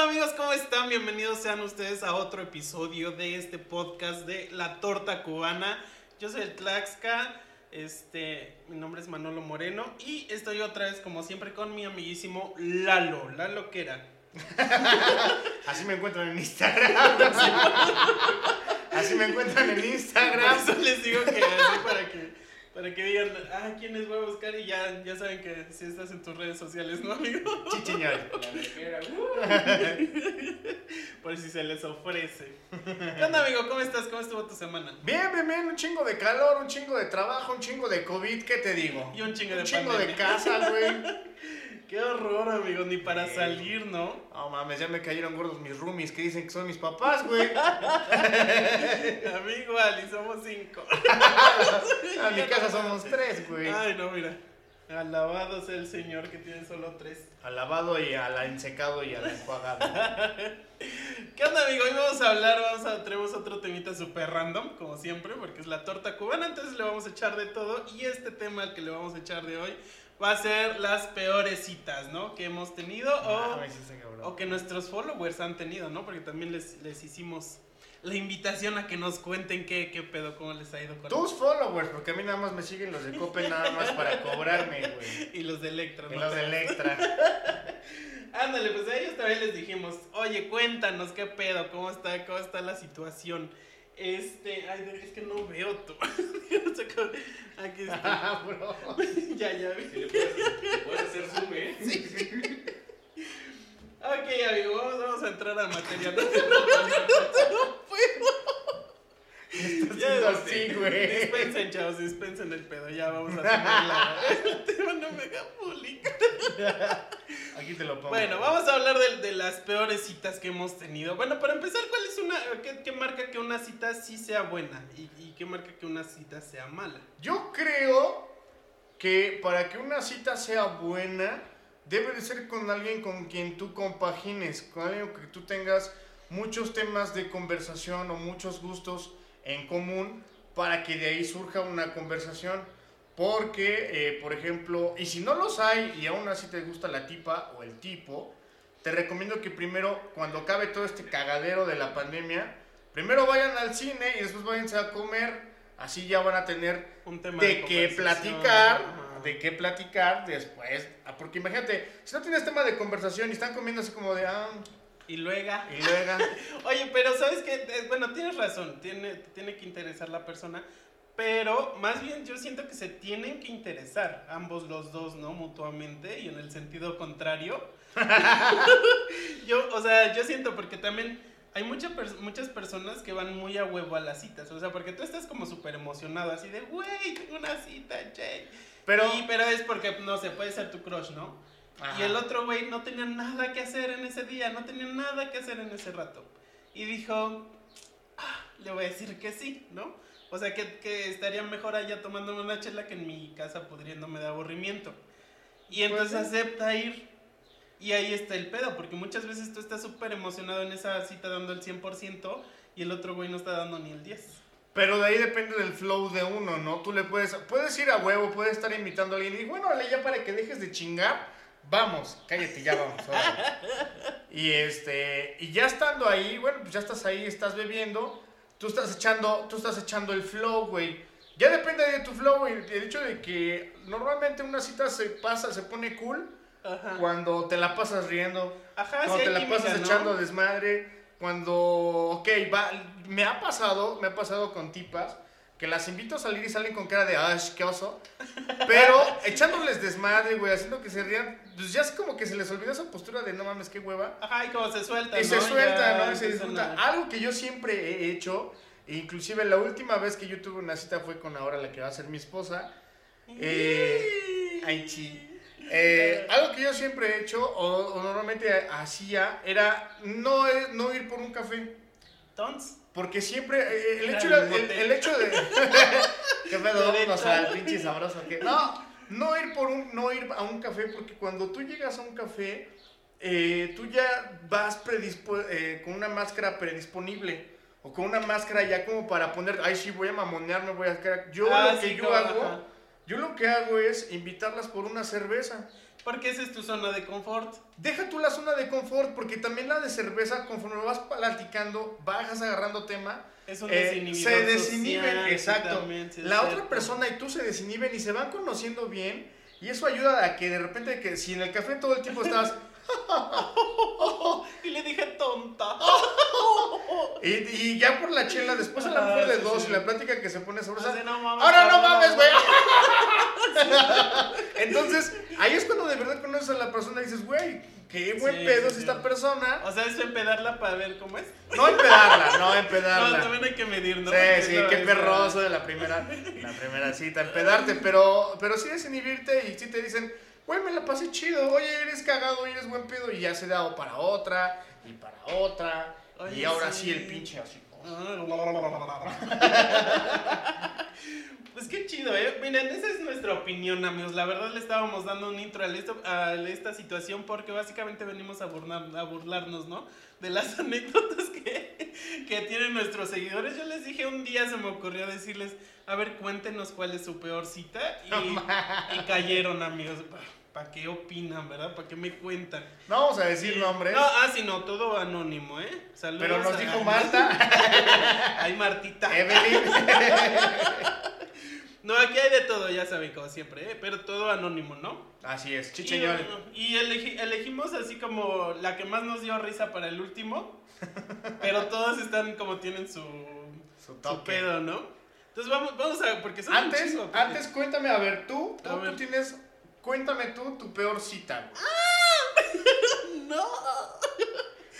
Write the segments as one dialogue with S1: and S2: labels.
S1: amigos? ¿Cómo están? Bienvenidos sean ustedes a otro episodio de este podcast de La Torta Cubana. Yo soy el Tlaxca, este, mi nombre es Manolo Moreno y estoy otra vez como siempre con mi amiguísimo Lalo, Lalo que era.
S2: Así me encuentran en Instagram. Así me encuentran en
S1: Por
S2: Instagram.
S1: eso les digo que así para que, para que digan, ah, ¿quién les voy a buscar? Y ya, ya saben que si estás en tus redes sociales, ¿no, amigo?
S2: Chichiñol.
S1: Por si se les ofrece. ¿Qué onda, amigo? ¿Cómo estás? ¿Cómo estuvo tu semana?
S2: Bien, bien, bien. Un chingo de calor, un chingo de trabajo, un chingo de COVID. ¿Qué te digo?
S1: Y un chingo de
S2: Un chingo
S1: pandemia.
S2: de casa, güey.
S1: Qué horror, amigo, ni para
S2: Sí.
S1: salir, ¿no?
S2: No mames, ya me cayeron gordos mis roomies que dicen que son mis papás, güey.
S1: Amigo, Ali, somos cinco.
S2: A mi casa somos tres, güey.
S1: Ay, no, mira. Alabado sea el Señor que tiene solo tres.
S2: Al lavado y al ensecado y al enjuagado.
S1: ¿Qué onda, amigo? Hoy vamos a hablar, vamos a traemos otro temita super random, como siempre, porque es la torta cubana, entonces le vamos a echar de todo. Y este tema al que le vamos a echar de hoy va a ser las peores citas, ¿no? Que hemos tenido o...
S2: Ah, me hiciste cabrón.
S1: O que nuestros followers han tenido, ¿no? Porque también les, les hicimos la invitación a que nos cuenten qué, qué pedo, cómo les ha ido con
S2: Tus followers, porque a mí nada más me siguen los de Copen nada más para cobrarme, güey.
S1: Y los de Electra,
S2: Y
S1: ¿no?
S2: los de Electra.
S1: Ándale, pues a ellos también les dijimos, oye, cuéntanos qué pedo, cómo está, cómo está la situación. Este, ay, no, es que no veo tú. Aquí está.
S2: Ah, bro.
S1: ya, ya vi.
S3: Si le puedes, le puedes hacer zoom, ¿eh?
S1: Ok, amigo, vamos, vamos a entrar a materia.
S2: Estás así, güey.
S1: dispensen, chavos, dispensen el pedo. Ya vamos a terminar la- el tema no me haga bullying.
S2: Aquí te lo pongo.
S1: Bueno, vamos a hablar de, de las peores citas que hemos tenido. Bueno, para empezar, ¿cuál es una qué, qué marca que una cita sí sea buena y, y qué marca que una cita sea mala?
S2: Yo creo que para que una cita sea buena, debe de ser con alguien con quien tú compagines, con alguien que tú tengas muchos temas de conversación o muchos gustos en común para que de ahí surja una conversación. Porque, eh, por ejemplo, y si no los hay y aún así te gusta la tipa o el tipo, te recomiendo que primero, cuando acabe todo este cagadero de la pandemia, primero vayan al cine y después váyanse a comer. Así ya van a tener
S1: Un tema
S2: de qué
S1: conversación.
S2: platicar,
S1: Ajá.
S2: de qué platicar después. Ah, Porque imagínate, si no tienes tema de conversación y están comiendo así como de, ah,
S1: Y luego.
S2: y luego,
S1: Oye, pero sabes que bueno, tienes razón, tiene tiene que interesar la persona, pero más bien yo siento que se tienen que interesar ambos los dos, ¿no? mutuamente y en el sentido contrario. yo, o sea, yo siento porque también hay mucha pers- muchas personas que van muy a huevo a las citas, o sea, porque tú estás como súper emocionado, así de, güey, tengo una cita, che.
S2: pero...
S1: Y, pero es porque, no sé, puede ser tu crush, ¿no? Y
S2: Ajá.
S1: el otro güey no tenía nada que hacer en ese día, no tenía nada que hacer en ese rato. Y dijo, "Ah, le voy a decir que sí, ¿no? O sea, que, que estaría mejor allá tomándome una chela que en mi casa pudriéndome de aburrimiento. Y entonces
S2: Pues sí.
S1: acepta ir. Y ahí está el pedo, porque muchas veces tú estás súper emocionado en esa cita dando el 100% y el otro güey no está dando ni el 10.
S2: Pero de ahí depende del flow de uno, ¿no? Tú le puedes, puedes ir a huevo, puedes estar invitando a alguien y decir, bueno, Ale, ya para que dejes de chingar, vamos, cállate, ya vamos. órale". y este, y ya estando ahí, bueno, pues ya estás ahí, estás bebiendo, tú estás echando, tú estás echando el flow, güey. Ya depende de tu flow, güey. El hecho de que normalmente una cita se pasa, se pone cool
S1: Ajá.
S2: cuando te la pasas riendo.
S1: Ajá,
S2: Cuando
S1: Ah, sí
S2: te
S1: hay
S2: la
S1: química,
S2: pasas
S1: ¿no?
S2: echando desmadre, cuando, ok, va, me ha pasado, me ha pasado con tipas que las invito a salir y salen con cara de, ah, qué oso, pero echándoles desmadre, güey, haciendo que se rían, pues ya es como que se les olvidó esa postura de, no mames, qué hueva,
S1: Ajá, y como se suelta,
S2: y se
S1: ¿no?
S2: suelta,
S1: Ya
S2: ¿no? Y se
S1: empiezan
S2: disfruta.
S1: a-
S2: Algo que yo siempre he hecho, e inclusive la última vez que yo tuve una cita fue con ahora la que va a ser mi esposa, Eh, ay, sí. Eh, algo que yo siempre he hecho o, o normalmente hacía era no, eh, no ir por un café.
S1: Entonces,
S2: Porque siempre eh, el,
S1: Era
S2: hecho
S1: el
S2: era- el,
S1: motel.
S2: el hecho de que me vámonos
S1: Derecha.
S2: al pinche sabroso que no no ir por un no ir a un café porque cuando tú llegas a un café eh, tú ya vas predispu- eh, con una máscara predisponible o con una máscara ya como para poner ay sí voy a mamonearme voy a yo
S1: ah,
S2: lo que
S1: sí,
S2: yo
S1: como,
S2: hago
S1: ajá.
S2: yo lo que hago es invitarlas por una cerveza.
S1: Porque esa es tu zona de confort.
S2: Deja tú la zona de confort, porque también la de cerveza, conforme vas platicando, bajas agarrando tema,
S1: Es un
S2: eh,
S1: desinhibidor
S2: se desinhiben,
S1: social,
S2: exacto.
S1: también, sí, es
S2: la otra
S1: cierto.
S2: persona y tú se desinhiben y se van conociendo bien, y eso ayuda a que de repente, que si en el café todo el tiempo estás,
S1: Y le dije tonta.
S2: y, y ya por la chela, después a la
S1: Ah,
S2: mujer de
S1: sí,
S2: dos,
S1: sí. Ah,
S2: y la plática que se pone sobre
S1: Así, no mames,
S2: Ahora no
S1: cabrón".
S2: mames, güey. Entonces, ahí es cuando de verdad conoces a la persona y dices, güey, qué buen
S1: Sí,
S2: pedo
S1: sí,
S2: es
S1: sí.
S2: esta persona.
S1: O sea, es empedarla para ver cómo es.
S2: No empedarla, no
S1: No,
S2: empedarla.
S1: también hay que medir, ¿no? Porque
S2: Sí, sí,
S1: no,
S2: qué
S1: es-
S2: perroso de la primera, la primera cita, empedarte, pero, pero sí desinhibirte y sí te dicen, güey, me la pasé chido, oye, eres cagado, oye, eres buen pedo, y ya se da o para otra, y para otra, y
S1: Oye,
S2: ahora
S1: sí.
S2: sí el pinche así.
S1: Pues qué chido, ¿eh? Miren, esa es nuestra opinión, amigos. La verdad le estábamos dando un intro a, esto- a esta situación porque básicamente venimos a, burnar- a burlarnos, ¿no? De las anécdotas que, que tienen nuestros seguidores. Yo les dije un día, se me ocurrió decirles, a ver, cuéntenos cuál es su peor cita. Y, y cayeron, amigos. ¿Para qué opinan, verdad? ¿Para qué me cuentan?
S2: No vamos a decir nombres,
S1: No, ah, sí, no, todo anónimo, ¿eh? Saludos
S2: pero nos
S1: a-
S2: dijo Marta,
S1: Ay, Martita.
S2: Evelyn.
S1: No, aquí hay de todo, ya saben, como siempre, ¿eh? pero todo anónimo, ¿no?
S2: Así es, chicheñol.
S1: Y, bueno, y elegi- elegimos así como la que más nos dio risa para el último, pero todos están como tienen su,
S2: Su
S1: su
S2: toque.
S1: pedo, ¿no? Entonces vamos, vamos a, porque son un
S2: Antes,
S1: chingo, porque-
S2: antes cuéntame, a ver, tú, tú,
S1: A
S2: tú
S1: ver.
S2: tienes, cuéntame tú tu peor cita, güey.
S1: No,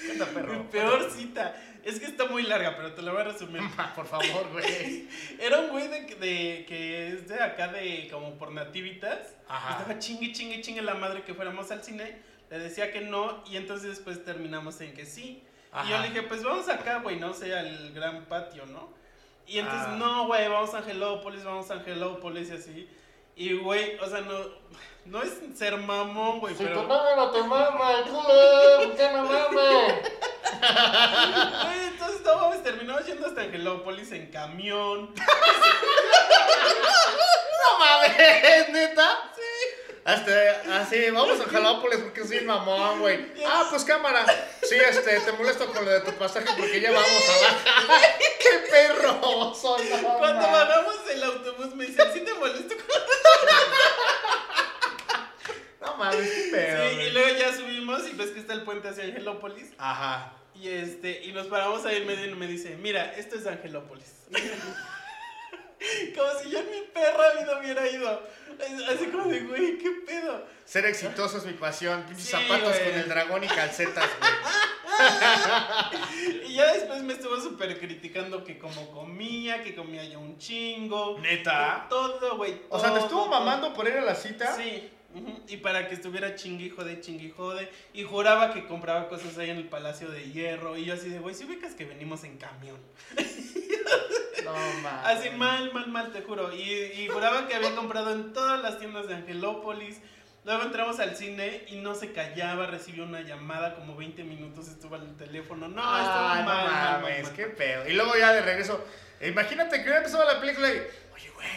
S2: Cuenta, perro.
S1: mi peor cita. Es que está muy larga, pero te la voy a resumir.
S2: Por favor, güey.
S1: Era un güey de, de- que es de acá de como por nativitas.
S2: Ajá.
S1: Estaba chingue, chingue, chingue la madre que fuéramos al cine. Le decía que no y entonces después terminamos en que sí. Y yo
S2: Ajá.
S1: le dije, pues vamos acá, güey, no sé, al gran patio, ¿no? Y entonces,
S2: Ah.
S1: no, güey, vamos a Angelópolis, vamos a Angelópolis y así. Y, güey, o sea, no, no es ser mamón, güey, pero...
S2: mama no te mama, culo, usted no mama.
S1: Güey, entonces no mames, terminamos yendo hasta Angelópolis en camión.
S2: No mames, neta. Sí. Hasta así, vamos a Jalápolis porque soy mamón, güey. Ah, pues cámara. Sí, este, te molesto con lo de tu pasaje porque ya vamos a bajar. ¡Qué perro! Son, no,
S1: Cuando
S2: mames.
S1: bajamos del autobús me dice, ¿sí te molesto
S2: No mames, qué pedo.
S1: Sí, y
S2: güey.
S1: luego ya subimos y ves que está el puente hacia Angelópolis.
S2: Ajá.
S1: Y este, y nos paramos ahí en medio y me dice, mira, esto es Angelópolis. como si yo en mi perra vida hubiera ido. Así como de, güey, qué pedo.
S2: Ser exitoso es mi pasión. Pinches
S1: Sí,
S2: zapatos
S1: güey.
S2: con el dragón y calcetas, güey.
S1: Y ya después me estuvo súper criticando que como comía, que comía yo un chingo.
S2: Neta.
S1: Todo, güey.
S2: O sea, te
S1: todo,
S2: estuvo
S1: todo.
S2: mamando por ir a la cita.
S1: Oh. Sí. ujú, Y para que estuviera chingui jode, chingui jode. Y juraba que compraba cosas ahí en el Palacio de Hierro. Y yo así de, güey, si ubicas que venimos en camión.
S2: No mames.
S1: Así mal, mal, mal, te juro. Y, y juraba que había comprado en todas las tiendas de Angelópolis. Luego entramos al cine y no se callaba, recibió una llamada, como 20 minutos estuvo al teléfono. No, estaba
S2: Ay, Ah, no
S1: mal, mal, mal,
S2: mames,
S1: mal.
S2: qué pedo. Y luego ya de regreso, imagínate que hubiera empezado la película y, oye, güey,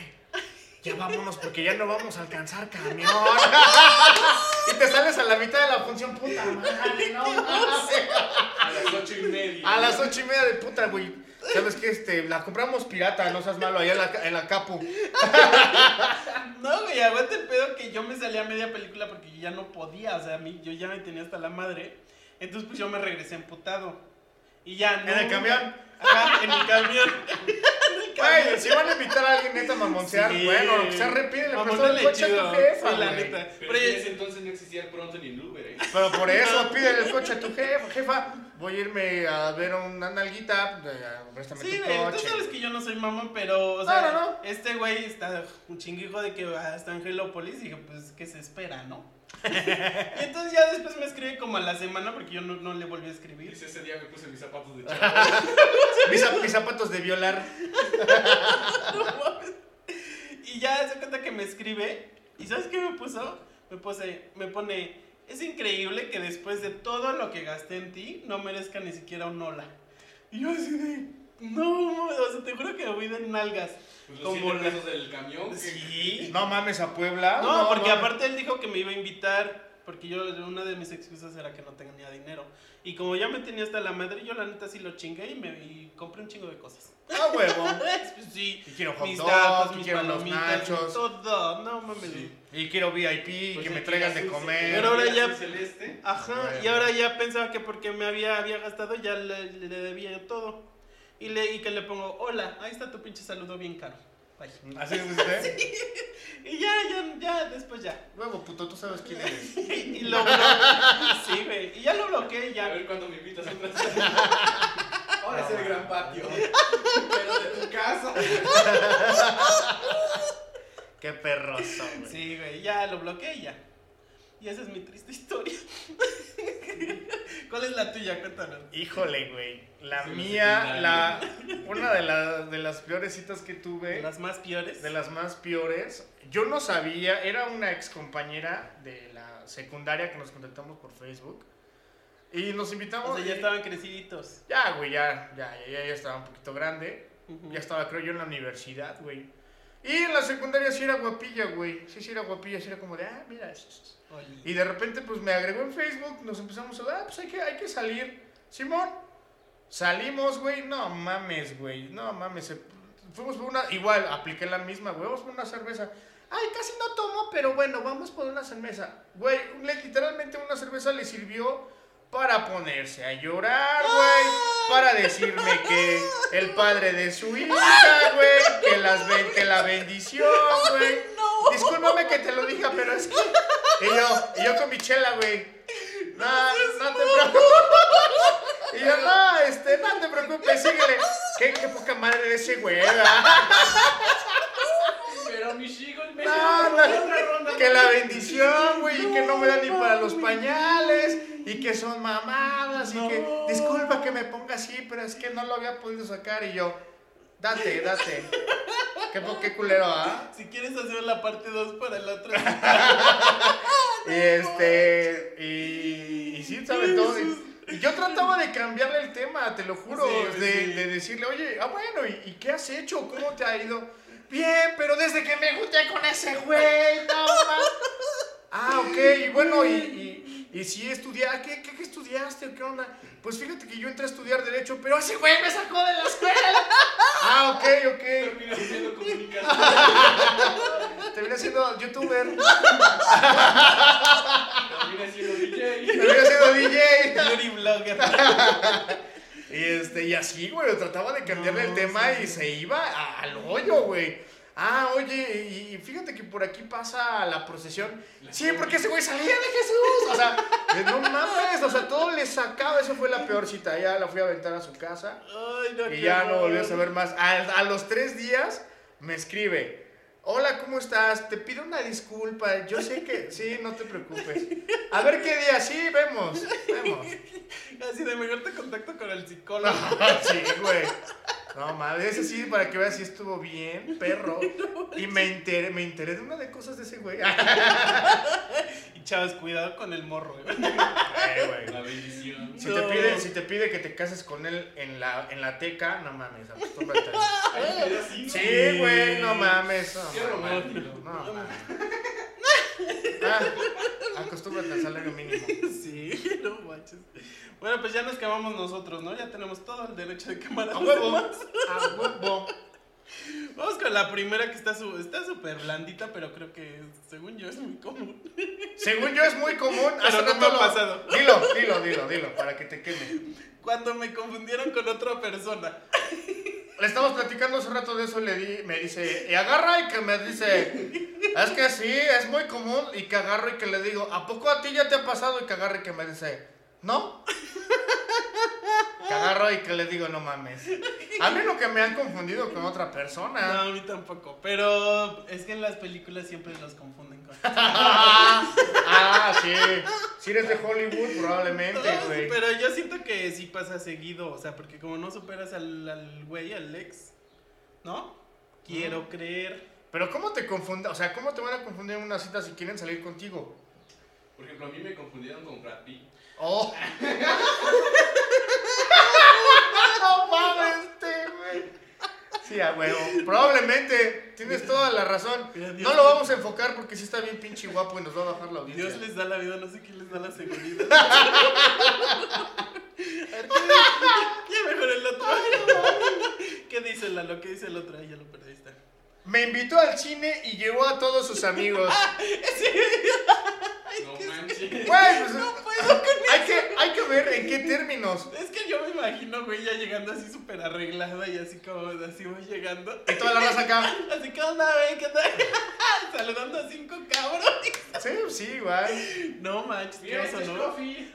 S2: ya vámonos porque ya no vamos a alcanzar camión. y te sales a la mitad de la función, puta madre, no mames.
S3: A las ocho y media.
S2: A las ocho y media de puta, güey. ¿Sabes qué? Este, la compramos pirata, no seas malo, allá en la, en la Capu.
S1: No, güey, aguanta el pedo que yo me salí a media película porque yo ya no podía, o sea, a mí, yo ya me tenía hasta la madre. Entonces, pues yo me regresé emputado. Y ya, no.
S2: En el camión.
S1: Ajá, en el camión. en el
S2: Güey, si van a invitar a alguien neta a mamoncear,
S1: Sí.
S2: bueno, se repite, le prestó el
S1: Mamonteale
S2: coche a
S1: chido.
S2: tu jefa,
S1: Sí, la
S2: güey.
S1: neta.
S3: Pero
S1: Pero
S3: en
S1: ya-
S3: ese entonces no existía el pronto ni el Uber, ¿eh?
S2: Pero por eso pídele el coche a tu jefa, jefa. Voy a irme a ver una nalguita, eh, préstame
S1: Sí,
S2: tu
S1: güey, tú
S2: coche.
S1: sabes que yo no soy mamón, pero, o
S2: No,
S1: sea,
S2: no, no.
S1: este güey está un chinguijo de que va hasta Angelópolis y dije, pues, ¿qué se espera, no? y entonces ya después me escribe como a la semana porque yo no, no le volví a escribir.
S3: Dice, Pues ese día me puse mis zapatos de chavo.
S2: Mis, zap- mis zapatos de violar.
S1: Y ya se cuenta que me escribe y ¿sabes qué me puso? Me, puse, me pone, es increíble que después de todo lo que gasté en ti no merezca ni siquiera un hola. Y yo así de... No, o sea, te juro que me voy de nalgas.
S3: Pues los
S1: Como
S3: 100
S1: la-
S3: pesos del camión. que-
S1: Sí.
S2: No mames a Puebla.
S1: No, porque
S2: mames.
S1: aparte él dijo que me iba a invitar. Porque yo, una de mis excusas era que no tenía dinero. Y como ya me tenía hasta la madre, yo la neta sí lo chingué y me y compré un chingo de cosas. pues,
S2: Ah, huevo.
S1: Sí.
S2: Y quiero hot
S1: Mis
S2: dog,
S1: datos,
S2: y
S1: mis
S2: quiero los
S1: palomitas,
S2: nachos.
S1: todo. No mames.
S3: Sí.
S2: Y quiero VIP, y
S3: Pues
S2: que
S3: el
S2: me traigan de
S3: azul
S2: comer.
S3: celeste-
S1: Pero ahora
S3: el
S1: ya-
S3: azul Celeste.
S1: Ajá,
S2: Bueno.
S1: y ahora ya pensaba que porque me había, había gastado ya le, le debía yo todo. Y, le, y que le pongo, hola, ahí está tu pinche saludo bien caro. Bye.
S2: ¿Así es usted?
S1: Y ya, ya, ya, después ya.
S2: Huevo, puto, tú sabes quién eres.
S1: Y lo bloqueé. Sí, güey. Y ya lo bloqueé y
S3: A
S1: ya.
S3: ver cuándo me invitas otra vez. Ahora es el gran patio. Pero de tu casa.
S2: Qué perroso, güey.
S1: Sí, güey, ya lo bloqueé y ya. Y esa es mi triste historia. ¿Cuál es la tuya? Cuéntanos.
S2: Híjole, güey. La
S3: Sí, me
S2: mía,
S3: sentí
S2: la una de, la- de las peores citas que tuve,
S1: De las más peores.
S2: de las más peores, yo no sabía, era una ex compañera de la secundaria que nos contactamos por Facebook. Y nos invitamos.
S1: O sea, ya
S2: y-
S1: estaban creciditos.
S2: Ya, güey, ya, ya, ya, ya, ya estaba un poquito grande.
S1: Ujú.
S2: Ya estaba, creo yo, en la universidad, güey. Y en la secundaria sí era guapilla, güey. Sí, sí era guapilla, sí era como de, ah, mira.
S1: Oli.
S2: Y de repente, pues me agregó en Facebook, nos empezamos a, ah, pues hay que, hay que salir. Simón, salimos, güey. No mames, güey. No mames. se- Fuimos por una, igual, apliqué la misma, güey. Vamos por una cerveza. Ay, casi no tomo, pero bueno, vamos por una cerveza. Güey, le- literalmente una cerveza le sirvió para ponerse a llorar, güey. Para decirme que el padre de su hija, güey. Que, las ben- que la bendición, güey. Discúlpame que te lo dije, pero es que. Y yo, y yo con mi chela, güey. No, no te preocupes. Y yo, no, este, no te preocupes, síguele. Qué, qué poca madre de ese güey, ¿verdad?
S3: Pero mi chico me
S2: No, no. Que la bendición, güey, y que no me da ni para los pañales, y que son mamadas, y que
S1: No.
S2: disculpa que me ponga así, pero es que no lo había podido sacar. Y yo, date, date. Qué, po- qué culero, ¿ah?
S1: Si quieres hacer la parte 2 para el otro.
S2: Y este. Y, y sí, sabe todo. Y, y yo trataba de cambiarle el tema, te lo juro.
S1: Sí, pues
S2: de,
S1: sí.
S2: de decirle, oye, ah, bueno, ¿y, y qué has hecho? ¿Cómo te ha ido? Bien, pero desde que me junté con ese güey, no más. Ah, ok, y bueno, y, y, y sí estudié. ah, ¿Qué, qué, qué estudiaste? o ¿Qué onda? Pues fíjate que yo entré a estudiar Derecho, pero ese güey me sacó de la escuela. Ah, ok, ok.
S3: Termina siendo comunicación.
S2: Terminé siendo youtuber,
S3: Termina siendo DJ.
S2: terminé siendo DJ.
S1: Beauty blogger.
S2: Y, este, y así, güey, trataba de cambiarle
S1: No,
S2: el tema
S1: sí.
S2: y se iba a- al hoyo, güey. Ah, oye, y, y fíjate que por aquí pasa la procesión.
S3: La
S2: Sí,
S3: joven.
S2: porque ese güey salía de Jesús. O sea, de- no mames, o sea, todo le sacaba. Esa fue la peor cita. Ya la fui a aventar a su casa
S1: Ay, no,
S2: y
S1: qué
S2: ya no
S1: horror.
S2: volvió a saber más. A, a los tres días me escribe. Hola, ¿cómo estás? Te pido una disculpa. Yo sé que... Sí, no te preocupes. A ver qué día. Sí, vemos. Vemos.
S1: Así de mejor te contacto con el psicólogo.
S2: sí, güey. No, madre, ese sí, para que veas si estuvo bien, perro. Y me enteré, me enteré de una de cosas de ese güey. Ay,
S1: Y chavos, cuidado con el morro. ¿eh? güey.
S2: güey.
S3: La bendición.
S2: Si, te
S1: No.
S2: pide, si te pide que te cases con él en la, en la teca, no mames, acostúmbrate.
S3: Ay, pero así, ¿no?
S2: Sí, güey, no mames. no
S3: Qué
S2: mames.
S3: romántico.
S2: No, mames. Ah, acostúmbrate al salario mínimo.
S1: Sí, no manches. Bueno, pues ya nos quemamos nosotros, ¿no? Ya tenemos todo el derecho de quemar a
S2: A
S1: los
S2: huevo,
S1: demás.
S2: a huevo.
S1: Vamos con la primera que está su, está súper blandita, pero creo que según yo es muy común.
S2: Según yo es muy común.
S1: Pero no me
S2: rato
S1: ha
S2: lo-
S1: pasado.
S2: Dilo, dilo, dilo, dilo, para que te queme.
S1: Cuando me confundieron con otra persona.
S2: Le estamos platicando hace rato de eso y le di, me dice, y agarra y que me dice, es que sí, es muy común, y que agarro y que le digo, ¿a poco a ti ya te ha pasado? Y que agarro y que me dice, ¿no? Que agarro y que le digo, no mames. A mí lo que me han confundido con otra
S1: No,
S2: persona.
S1: a mí tampoco. Pero es que en las películas siempre los confunden con.
S2: Ah, ah, sí. Si eres de Hollywood, probablemente,
S1: No,
S2: güey.
S1: pero yo siento que sí pasa seguido, o sea, porque como no superas al, al güey, al ex, ¿no? Quiero creer.
S2: Pero ¿cómo te confunden? O sea, ¿cómo te van a confundir en una cita si quieren salir contigo?
S3: Por ejemplo, a mí me confundieron con Brad Pitt.
S2: Oh. no mames, este Sí, a huevo. Probablemente. Tienes toda la razón.
S1: Mira,
S2: No
S1: Dios-
S2: lo vamos a enfocar porque sí está bien pinche guapo y nos va a bajar la audiencia.
S1: Dios les da la vida, no sé quién les da la seguridad. A ver, ¿qué- Ya mejor el otro. ¿Qué dice Lalo? ¿Qué dice el otro? Ahí ya lo perdiste.
S2: Me invitó al cine y llevó a todos sus amigos.
S3: No manches.
S2: Güey, pues,
S1: Puedo con-
S2: hay, que, hay que ver en qué términos.
S1: Es que yo me imagino, güey, ya llegando así súper arreglada y así como así voy llegando.
S2: Y toda la raza acá.
S1: Así que onda, güey, ¿qué tal? Saludando a cinco cabros.
S2: Sí, sí, igual.
S1: No manches, qué
S3: Mira,
S1: oso,
S3: este es
S1: ¿no?
S3: Coffee.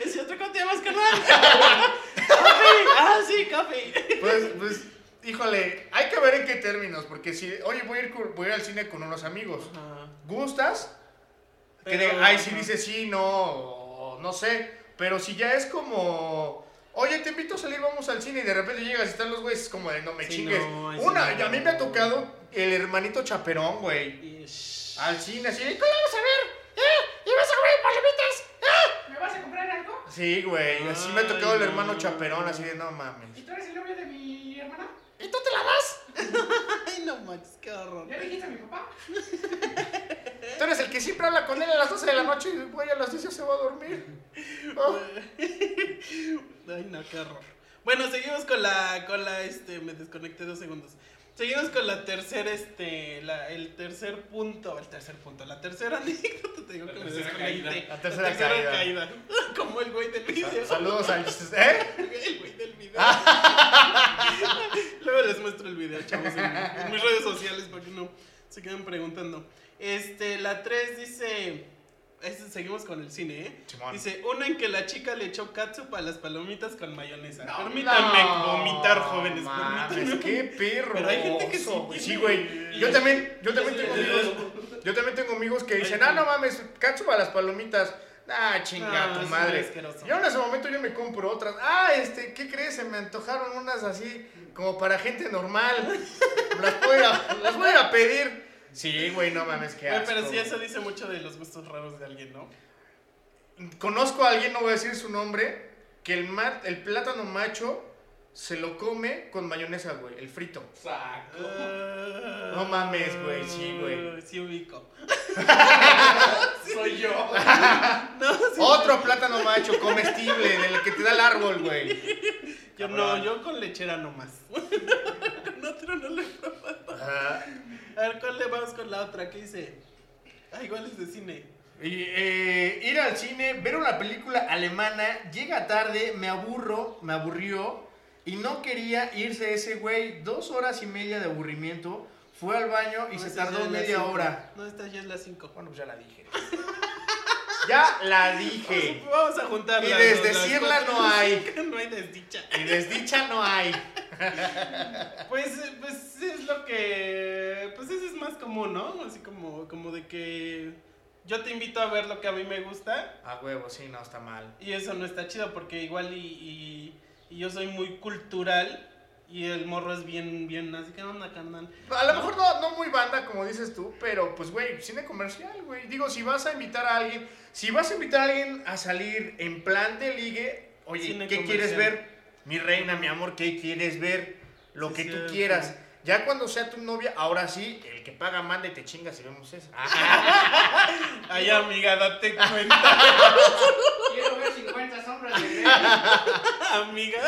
S1: Ese otro cómo te llamas, carnal. Coffee. Ah, sí, coffee.
S2: Pues, pues, híjole, hay que ver en qué términos. Porque si, oye, voy a ir, con- voy a ir al cine con unos amigos. ¿Gustas? Que de-
S1: Pero-
S2: ay, si
S1: ajá.
S2: dices sí, no, o no sé. Pero si ya es como. Oye, te invito a salir, vamos al cine y de repente llegas y están los güeyes como de no me
S1: Sí,
S2: chingues.
S1: no, ay, sí,
S2: Una,
S1: no.
S2: y a mí me ha tocado el hermanito chaperón, güey.
S1: Ish.
S2: Al cine, así, ¿cómo vamos a ver? ¿Eh? ¿Y vas a comer palomitas?
S3: ¿Me vas a comprar algo?
S2: Sí, güey, así me ha tocado
S1: Ay,
S2: el hermano
S1: no.
S2: chaperón, así de no mames.
S3: ¿Y tú eres el novio de mi hermana?
S2: ¿Y tú te la das?
S1: Ay, no manches, qué horror.
S3: ¿Ya le dijiste a mi papá?
S2: ¿Eh? Tú eres el que siempre habla con él a las 12 de la noche y güey, a las 10 ya se va a dormir. Oh.
S1: Ay, no, qué horror. Bueno, seguimos con la, con la, este, me desconecté dos segundos. Seguimos con la tercera, este, la, el tercer punto, el tercer punto, la tercera anécdota, te digo
S3: La
S1: que me
S3: tercera
S1: desconecté.
S3: caída.
S2: La tercera caída.
S1: Como el güey del video.
S2: Saludos al. ¿Eh?
S1: El güey del video.
S2: Ah.
S1: Luego les muestro el video, chavos, en, en mis redes sociales para que no se queden preguntando. Este, la 3 dice. este, seguimos con el cine, ¿eh?
S2: Simón.
S1: Dice, una en que la chica le echó catsup a las palomitas con mayonesa.
S3: No,
S1: permítanme
S2: No,
S1: vomitar, jóvenes.
S2: mames,
S1: permítanme.
S2: qué perro.
S1: Pero hay gente que sí
S2: oso, güey.
S1: tiene-
S2: Sí, güey. Yo también, yo también
S1: Sí,
S2: tengo
S1: sí,
S2: amigos.
S1: sí.
S2: Yo también tengo amigos que dicen, ah, no mames, catsup a las palomitas. Ah, chinga,
S1: Ah,
S2: tu
S1: sí,
S2: madre.
S1: asqueroso.
S2: Yo en ese momento yo me compro otras. Ah, este, ¿qué crees? Se me antojaron unas así, como para gente normal. Las voy a, las voy a ir a pedir. Sí, güey, no mames, qué
S1: Güey,
S2: asco.
S1: pero sí, eso dice mucho de los gustos raros de alguien, ¿no?
S2: Conozco a alguien, no voy a decir su nombre, que el, ma- el plátano macho se lo come con mayonesa, güey, el frito.
S3: Saco.
S1: No
S2: mames, güey, sí, güey.
S1: Ah, Sí ubico.
S3: Soy yo.
S1: No, sí.
S2: Otro plátano macho comestible del que te da el árbol, güey.
S1: Yo no,
S2: Cabrón.
S1: yo con lechera nomás. con otro no le probado.
S2: Ajá.
S1: A ver, ¿cuál le vamos con la otra? ¿Qué dice? Ah, igual es de cine.
S2: Y, eh, ir al cine, ver una película alemana, llega tarde, me aburro, me aburrió y no quería irse ese güey. Dos horas y media de aburrimiento, fue al baño y
S1: No,
S2: se
S1: esta ya
S2: tardó
S1: Pues es la
S2: media
S1: cinco.
S2: hora.
S1: No, esta ya es la 5.
S2: Bueno, pues ya la dije. ya la dije.
S1: Ah, pues Vamos a juntar
S2: Y
S1: las dos,
S2: desdecirla
S1: las cuatro.
S2: no hay.
S1: no hay desdicha.
S2: Y desdicha no hay.
S1: Pues, eh, pues es lo que. Pues eso es más común, ¿no? Así como, como de que yo te invito a ver lo que a mí me gusta.
S2: A huevo, sí, no, está mal.
S1: Y eso no está chido porque igual y, y- y yo soy muy cultural. Y el morro es bien, bien, así que onda, carnal.
S2: A lo mejor no, no muy banda, como dices tú, pero pues, güey, cine comercial, güey. Digo, si vas a invitar a alguien, si vas a invitar a alguien a salir en plan de ligue, oye,
S1: Cine
S2: ¿qué
S1: comercial.
S2: quieres ver? Mi reina, mi amor, ¿qué quieres ver? Lo
S1: Sí,
S2: que tú
S1: cierto.
S2: quieras. Ya cuando sea tu novia, ahora sí, el que paga manda y te chingas y vemos eso. Ah,
S1: Ay, amiga, date cuenta,
S3: Quiero ver 50 sombras de Grey.
S1: amiga.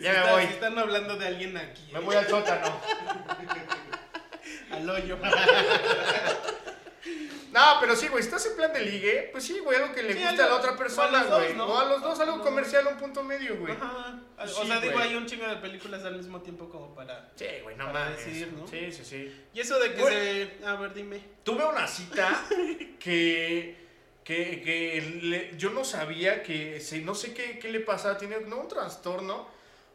S2: ya me
S1: Están-
S2: voy.
S1: Están hablando de alguien aquí.
S2: Me voy al sótano.
S1: Al hoyo.
S2: No, pero sí, güey, si estás en plan de ligue, pues sí, güey, algo que le
S1: Sí,
S2: gusta a la
S1: algo- o
S2: otra
S1: a los
S2: persona,
S1: dos,
S2: güey.
S1: ¿no?
S2: O a los dos, algo
S1: No.
S2: comercial, un punto medio, güey.
S1: Ajá. O
S2: Sí,
S1: sea, digo,
S2: güey.
S1: hay un chingo de películas al mismo tiempo como para.
S2: Sí, güey, no
S1: Para
S2: mames.
S1: decidir, ¿no?
S2: Sí, sí, sí.
S1: Y eso de que
S2: Güey.
S1: se. A ver, dime.
S2: Tuve una cita que, que, que le- yo no sabía que, se- no sé qué, qué le pasaba, tiene no un trastorno,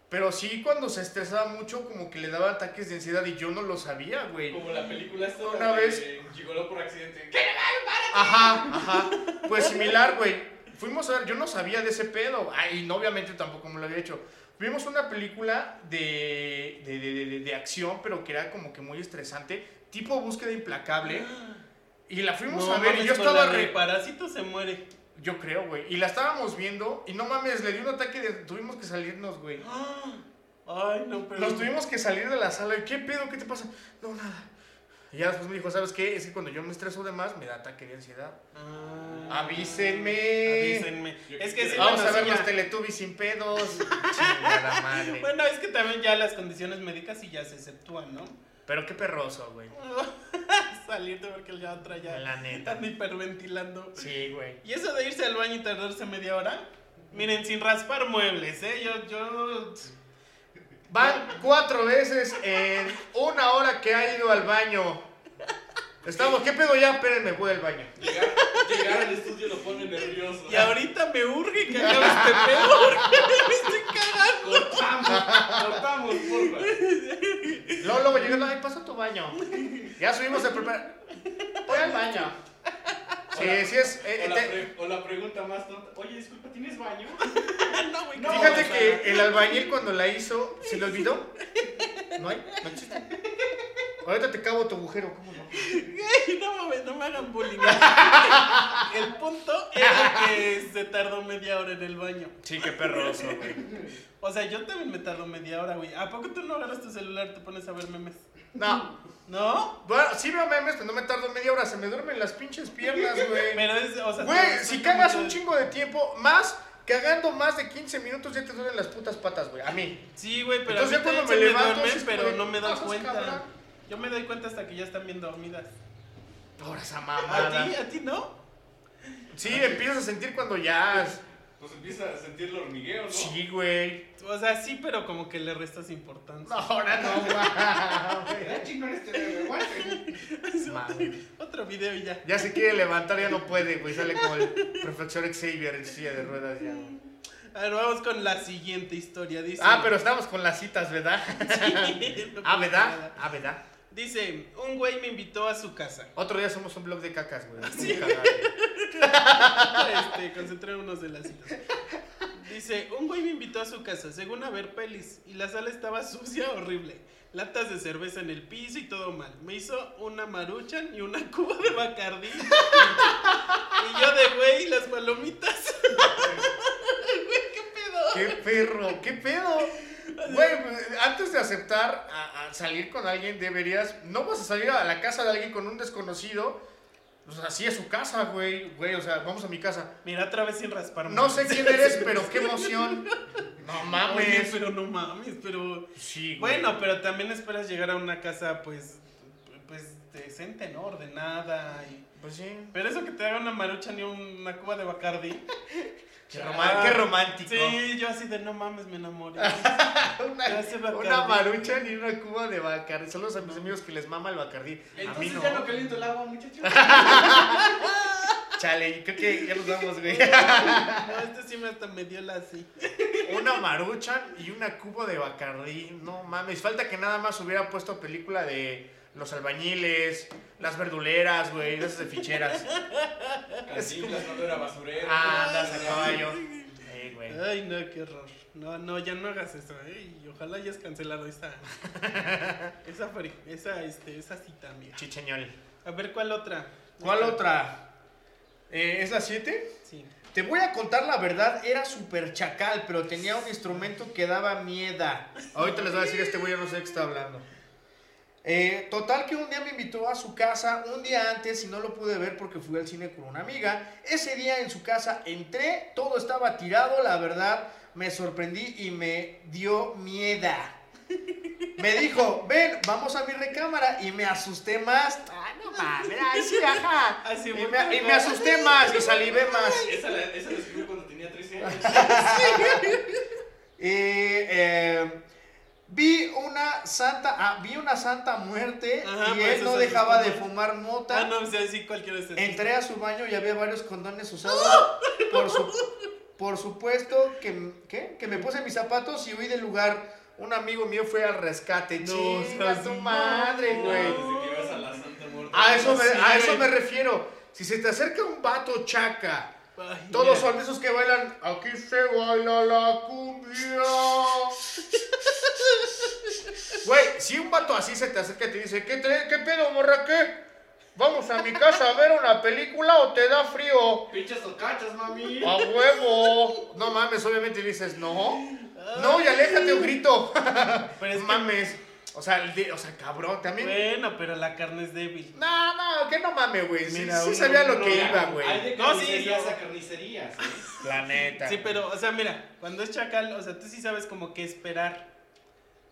S2: pero sí cuando se estresaba mucho como que le daba ataques de ansiedad y yo no lo sabía, güey.
S3: Como la película esta
S2: Una
S3: donde
S2: vez.
S3: Gigoló por accidente. ¿Qué?
S2: Ajá, ajá. Pues similar, güey. Fuimos a ver, yo no sabía de ese pedo. Ay, no, obviamente tampoco me lo había hecho. Vimos una película de, de, de- de- de- de acción, pero que era como que muy estresante, tipo búsqueda implacable. Y la fuimos
S1: No
S2: a ver y
S1: mames,
S2: yo
S1: con
S2: estaba
S1: la de
S2: re.
S1: parásito se muere.
S2: Yo creo, güey. Y la estábamos viendo y no mames, le di un ataque de... Tuvimos que salirnos, güey.
S1: Ay, no, pero.
S2: Nos tuvimos que salir de la sala. y, ¿Qué pedo? ¿Qué te pasa? No, nada. Y ya después me dijo, ¿sabes qué? Es que cuando yo me estreso de más, me da ataque de ansiedad.
S1: Ah.
S2: Avísenme.
S1: Avísenme.
S3: Yo-
S1: Es que sí,
S2: Vamos
S1: bueno,
S2: a ver
S1: sí,
S2: los
S1: ya.
S2: Teletubbies sin pedos. Chingada madre.
S1: Bueno, es que también ya las condiciones médicas sí ya se exceptúan, ¿no?
S2: Pero qué perroso, güey.
S1: Salirte porque el ya otra ya
S2: La neta.
S1: están hiperventilando.
S2: Sí, güey.
S1: Y eso de irse al baño y tardarse media hora, miren, sin raspar muebles, ¿eh? Yo, yo...
S2: Van cuatro veces en una hora que ha ido al baño. Estamos, ¿qué pedo ya? Espérenme, voy al baño.
S3: Llegar, llegar al estudio lo pone nervioso.
S1: Y ahorita me urge que acabe este pedo porque me estoy cagando.
S3: Cortamos, cortamos, porfa.
S2: Luego, luego llegan, ay, pasa tu baño. Ya subimos el primer. Voy al baño. Sí,
S3: Hola.
S2: sí es. eh,
S3: O la,
S2: te-
S3: pre- o la pregunta más tonta. Oye, disculpa, ¿tienes baño?
S1: No, güey,
S3: No,
S2: Fíjate
S3: o sea-
S2: que el albañil cuando la hizo, ¿se le olvidó? No hay, no existe. Ahorita te cavo tu agujero, ¿cómo no?
S1: Güey, no mames, no me hagan bullying. El punto era que se tardó media hora en el baño.
S2: Sí, qué perroso, güey.
S1: O sea, yo también me tardo media hora, güey. ¿A poco tú no agarras tu celular, te pones a ver memes?
S2: No,
S1: ¿No?
S2: bueno, sí veo memes, pero no me tardo media hora, se me duermen las pinches piernas, güey.
S1: Pero es, o sea...
S2: Güey,
S1: te-
S2: si
S1: te-
S2: cagas
S1: te-
S2: un chingo de tiempo, más, cagando más de 15 minutos ya te duelen las putas patas, güey. A mí.
S1: Sí, güey, pero
S2: Entonces,
S1: a mí
S2: ya cuando
S1: también
S2: me
S1: se
S2: levanto,
S1: duermen,
S2: sí es como
S1: pero
S2: de,
S1: no me doy
S2: "Vamos,
S1: cuenta.
S2: cabrón".
S1: Yo me doy cuenta hasta que ya están bien dormidas.
S2: Ahora esa
S1: ¿A
S2: mamada.
S1: ti? ¿A ti no?
S2: Sí, empiezas a sentir cuando ya.
S3: Pues empieza a sentir el hormigueo, ¿no?
S2: Sí, güey.
S1: O sea, sí, pero como que le restas importancia.
S2: Ahora no, mames.
S3: Ah, chingón este de guante.
S2: Mames.
S1: Otro video y ya.
S2: Ya se quiere levantar, ya no puede, güey. Sale como el profesor Xavier en silla de ruedas ya. güey.
S1: A ver, vamos con la siguiente historia. Dice,
S2: Ah, pero estamos con las citas, ¿verdad?
S1: No pasa
S2: Ah, ¿verdad?
S1: nada.
S2: Ah, ¿verdad?
S1: Dice, un güey me invitó a su casa.
S2: Otro día somos un blog de cacas, güey.
S1: Sí.
S2: Como cagada, güey.
S1: Este, concentrémonos de las citas. Dice, un güey me invitó a su casa, según a ver pelis, y la sala estaba sucia, horrible. Latas de cerveza en el piso y todo mal. Me hizo una maruchan y una cuba de bacardí. y yo de güey, las palomitas. güey, qué pedo.
S2: ¡Qué perro! ¡Qué pedo! Güey, pues, antes de aceptar a, a salir con alguien, deberías. No vas a salir a la casa de alguien con un desconocido. Pues así es su casa, güey. Güey, o sea, vamos a mi casa.
S1: Mira, otra vez sin rasparme.
S2: No sé quién eres, pues. pero qué emoción. No
S1: Oye,
S2: mames.
S1: pero no mames, pero...
S2: Sí, güey.
S1: Bueno, pero también esperas llegar a una casa, pues, pues decente, ¿no? Ordenada y...
S2: Pues sí.
S1: Pero eso que te haga una marucha ni una cuba de Bacardi.
S2: Qué, román- qué romántico.
S1: Sí, yo así de no mames, me enamoré. Ya se
S2: Una,
S1: Bacardí.
S2: una marucha ni una cuba de bacardí. Son los a mis amigos que les mama el bacardí. a mí
S3: Entonces
S2: no.
S3: ya no caliento el agua, muchachos.
S2: Chale, creo que ya nos vamos, güey.
S1: No, este sí me hasta me dio la así.
S2: una marucha y una cuba de bacardí. No mames. Falta que nada más hubiera puesto película de los albañiles, las verduleras, güey, de esas de ficheras.
S3: Cantinflas cuando era basurero.
S2: Andas a caballo. Eh, güey.
S1: Ay, no, qué horror. No, no, ya no hagas eso, eh. Y ojalá hayas cancelado esa. Esa, fri- esa, este, esa cita, mira.
S2: Chicheñol.
S1: A ver, ¿cuál otra?
S2: ¿Cuál otra? Eh, ¿Es la 7?
S1: Sí.
S2: Te voy a contar la verdad, era super chacal, pero tenía un instrumento que daba miedo. Ahorita les voy a decir, este güey ya no sé de qué está hablando. Eh, total que un día me invitó a su casa, un día antes y no lo pude ver porque fui al cine con una amiga. Ese día en su casa entré, todo estaba tirado, la verdad me sorprendí y me dio miedo. Me dijo, ven, vamos a mi recámara y me asusté más. Ah, no mames, ay, sí, ajá.
S1: Así
S2: Y
S1: muy
S2: me, y
S1: bien.
S2: me asusté más y salivé más.
S3: Esa la, esa la escribí cuando tenía 13 años.
S2: Y eh, vi una santa, ah, vi una santa muerte
S1: Ajá,
S2: y
S1: por
S2: él
S1: eso
S2: no
S1: se
S2: dejaba de
S1: asustó.
S2: fumar mota.
S1: Ah, no, o sea, sí, cualquiera de
S2: Entré a su baño y había varios condones usados. Por, su- por supuesto que, m- ¿qué? que me puse mis zapatos y huí del lugar. Un amigo mío fue al rescate.
S1: No,
S2: Chinga
S1: seas
S2: tu madre,
S1: mamón.
S2: güey.
S3: Desde que ibas a la Santa Muerte.
S2: A eso, me,
S1: Sí,
S2: a eso
S1: güey.
S2: me refiero. Si se te acerca un vato chaca,
S1: Ay,
S2: todos
S1: mira.
S2: son esos que bailan. Aquí se baila la cumbia. Güey, si un vato así se te acerca y te dice, ¿qué, te- qué pedo, morra? ¿Qué? Vamos a mi casa a ver una película o te da frío.
S3: Pinches tocachas, mami.
S2: A huevo. No mames, obviamente dices no. No, y aléjate un grito.
S1: Ah, Pero es que-
S2: mames. O sea, el de- o sea, cabrón, también.
S1: Bueno, pero la carne es débil.
S2: No, no, que no mames, güey. Sí,
S1: Mira,
S2: sí
S1: uno-
S2: sabía lo
S1: uno
S2: que
S1: ya-
S2: iba, güey.
S3: Hay de
S1: No, sí,
S3: carnicerías
S1: yo-
S3: a carnicerías. ¿eh?
S2: La neta.
S1: Sí, pero, o sea, mira, cuando es chacal, o sea, tú sí sabes como qué esperar.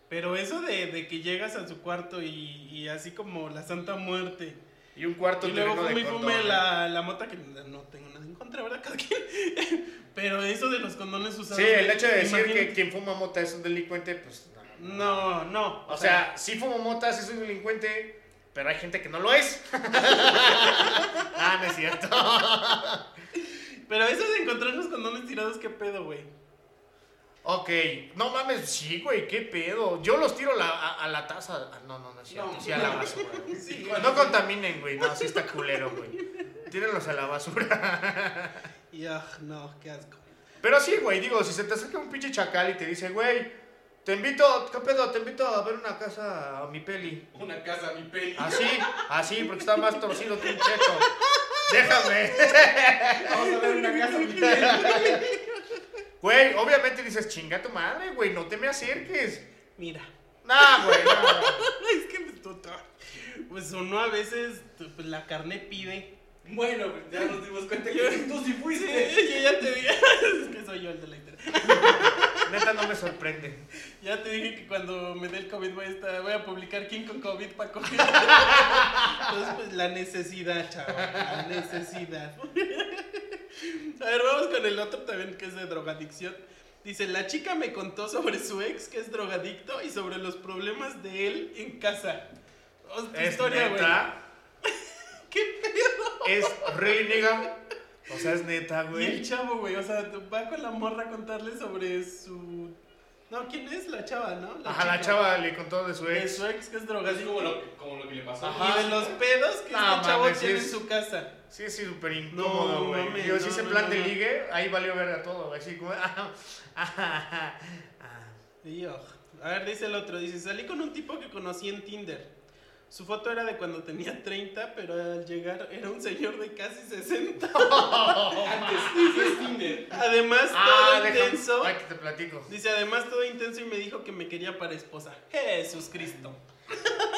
S1: Pero eso de, de que llegas a su cuarto y, y así como la Santa Muerte.
S2: Y un cuarto
S1: Y luego
S2: terreno
S1: fumé
S2: de
S1: y
S2: condón,
S1: fumé la, la mota, que no tengo nada en contra, ¿verdad? Cada quien. Pero eso de los condones
S2: ¿eh?
S1: usados.
S2: Sí, el hecho de decir
S1: imagínate.
S2: que quien fuma mota es un delincuente, pues no.
S1: No, no.
S2: O sea, sí fumo mota, sí soy delincuente, pero hay gente que no lo es. ah, no es cierto.
S1: Pero eso de encontrar los condones tirados, ¿qué pedo, güey?
S2: Ok, no mames, sí, güey, qué pedo. Yo los tiro la- a, a la taza. Ah, No, no, no es cierto.
S3: No.
S2: sí, a la basura.
S1: Sí,
S2: güey. No contaminen, güey. No, sí está culero, güey. Tírenlos a la basura.
S1: Y ah, no, qué asco.
S2: Pero sí, güey, digo, si se te acerca un pinche chacal y te dice, güey, te invito, ¿qué pedo? Te invito a ver una casa a mi peli.
S3: Una casa, mi peli.
S2: Así, así, ah, porque está más torcido que un cheto. Déjame.
S3: Vamos a ver una casa, mi peli.
S2: Güey, obviamente dices, chinga tu madre, güey, no te me acerques.
S1: Mira.
S2: Nah, güey, nah.
S1: Es que pues, tú- tú- pues uno a veces tú, pues, la carne pide.
S3: Bueno, pues ya nos dimos cuenta que tú sí
S1: Sí,
S3: fuiste.
S1: yo ya te dije. Es que soy yo el de la internet.
S2: Neta no me sorprende.
S1: Ya te dije que cuando me dé el COVID voy a, estar- voy a publicar quién con COVID para coger. Entonces, pues la necesidad, chaval. La necesidad. A ver, vamos con el otro también que es de drogadicción. Dice, la chica me contó sobre su ex que es drogadicto y sobre los problemas de él en casa. Hostia,
S2: Es
S1: historia, güey.
S2: neta.
S1: ¿Qué
S2: Es really nigga. O sea, es neta,
S1: Y el
S2: güey.
S1: chavo, güey, o sea, va con la morra a contarle sobre su... No, ¿quién es? La chava, ¿no?
S2: Ajá, la
S1: chica.
S2: chava le contó de su
S1: De
S2: ex.
S1: su ex que es
S3: Así
S1: drogadicto.
S3: como lo, como lo que le pasó.
S2: Ajá.
S1: Y de los pedos que
S2: No,
S1: este chavo
S2: mames,
S1: tiene
S2: es-
S1: en su casa.
S2: Sí, sí, súper incómodo,
S1: No,
S2: güey.
S1: mames,
S2: Yo sí
S1: no,
S2: ese
S1: no,
S2: plan
S1: no,
S2: de
S1: no.
S2: ligue, ahí valió verga todo, güey. Así como, ah, ah, ah, ah.
S1: Y, oj. A ver, dice el otro. Dice, salí con un tipo que conocí en Tinder. Su foto era de cuando tenía 30, pero al llegar era un señor de casi 60.
S3: Antes, es Tinder.
S1: Además,
S2: Ah,
S1: todo
S2: déjame-
S1: intenso.
S2: Ay, que te platico.
S1: Dice, además todo intenso y me dijo que me quería para esposa. Jesús Cristo.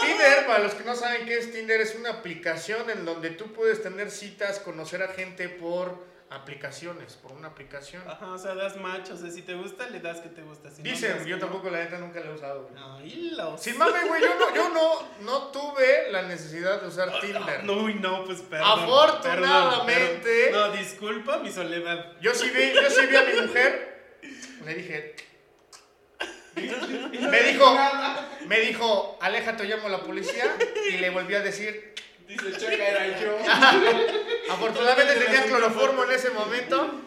S2: Tinder, para los que no saben qué es Tinder, es una aplicación en donde tú puedes tener citas, conocer a gente por aplicaciones, por una aplicación.
S1: Ajá, o sea, das macho. O sea, si te gusta, le das que te gusta. Si Ah, no, le
S2: Dicen,
S1: das
S2: yo
S1: que no.
S2: tampoco la neta nunca la he usado. güey.
S1: Ay, los...
S2: Sin mame, güey, yo no, yo no, no tuve la necesidad de usar Tinder.
S1: Ah, No, uy, no, pues perdón.
S2: Afortunadamente.
S1: perdón, perdón. No, disculpa mi soledad.
S2: Yo sí vi, yo sí vi a mi mujer, le dije,
S3: Y no
S2: Me
S3: le
S2: dijo-
S3: nada.
S2: me dijo, aléjate, o llamo a la policía, y le volví a decir,
S3: Dice, chaca, era yo.
S2: afortunadamente tenía cloroformo en ese momento.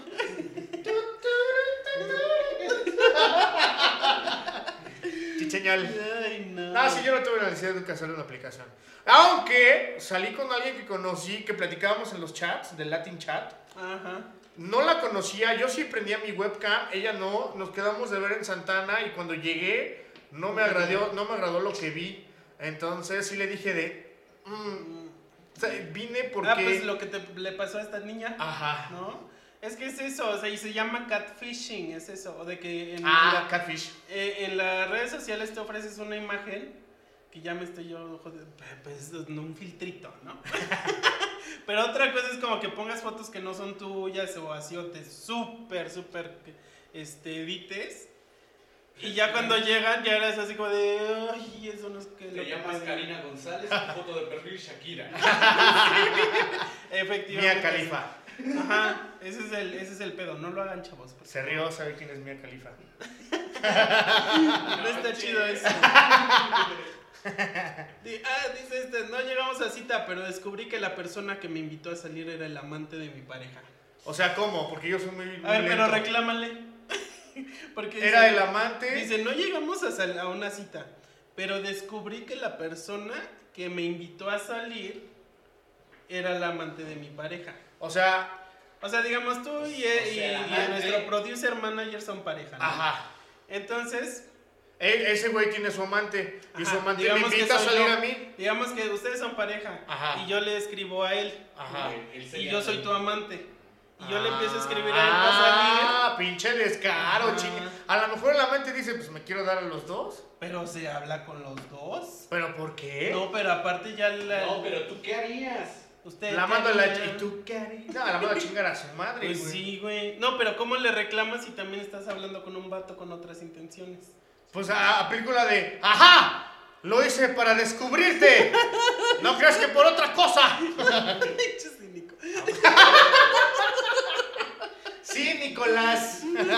S2: Chicheñal.
S1: Ay, no.
S2: Ah, sí, yo no tuve la necesidad de hacer una aplicación. Aunque salí con alguien que conocí, que platicábamos en los chats, del Latin Chat.
S1: Ajá.
S2: No la conocía, yo sí prendía mi webcam, ella no, nos quedamos de ver en Santana y cuando llegué no me agradó, no me agradó lo que vi. Entonces sí le dije de... mm, o sea, vine porque...
S1: Ah, pues lo que te- le pasó a esta niña,
S2: Ajá.
S1: ¿no? Es que es eso, o sea, y se llama catfishing, es eso, o de que en,
S2: Ah, catfish.
S1: la- eh, en las redes sociales te ofreces una imagen, que ya me estoy yo, joder, pues no, un filtrito, ¿no? Pero otra cosa es como que pongas fotos que no son tuyas o así, o te súper, súper, este, edites. Y ya cuando llegan, ya eres así como de, ay, eso no es que... lo
S3: Te
S1: que
S3: llamas
S1: pedí".
S3: Karina González, tu foto de perfil Shakira.
S1: Efectivamente.
S2: Mía Califa.
S1: Ajá, ese es, el, ese es el pedo, no lo hagan chavos. por
S2: Se rió, sabe quién es Mía Califa.
S3: Ah,
S1: favor. No está chido eso. Di- ah, dice este, no llegamos a cita, pero descubrí que la persona que me invitó a salir era el amante de mi pareja.
S2: O sea, ¿cómo? Porque yo soy muy... muy
S1: A ver, pero
S2: lento.
S1: reclámale. Porque dice-
S2: Era el amante.
S1: Dice, no llegamos a, sal- a una cita, pero descubrí que la persona que me invitó a salir era la amante de mi pareja.
S2: O sea,
S1: O sea, digamos tú y,
S3: O sea,
S1: y- y
S3: amante.
S2: eh.
S1: nuestro producer manager son pareja. ¿no?
S2: ajá.
S1: Entonces,
S2: E- ese güey tiene su amante y su
S1: Ajá,
S2: amante me
S1: digamos que
S2: invita a
S1: soy
S2: salir
S1: yo.
S2: a mí.
S1: Digamos que ustedes son pareja
S2: Ajá.
S1: y yo le escribo a él
S2: Ajá.
S3: Él- él
S1: y
S3: sería
S1: yo soy tu amante y yo le empiezo a escribir a él para salir,
S2: Ah, pinche descaro,
S1: Ajá.
S2: chingue. A lo mejor el amante dice, pues me quiero dar a los dos.
S1: pero se habla con los dos.
S2: ¿Pero por qué?
S1: No, pero aparte ya la
S3: No, pero tú qué harías.
S1: usted
S2: la mando a la...
S1: ya-
S2: ¿Y tú qué harías? No, la mando a chingar a su madre,
S1: Pues
S2: güey.
S1: sí, güey. No, pero ¿cómo le reclamas si también estás hablando con un vato con otras intenciones?
S2: Pues a, a película de... ¡Ajá! Lo hice para descubrirte. No creas que por otra cosa.
S1: Pinche cínico.
S2: Sí, Nicolás.
S1: Pero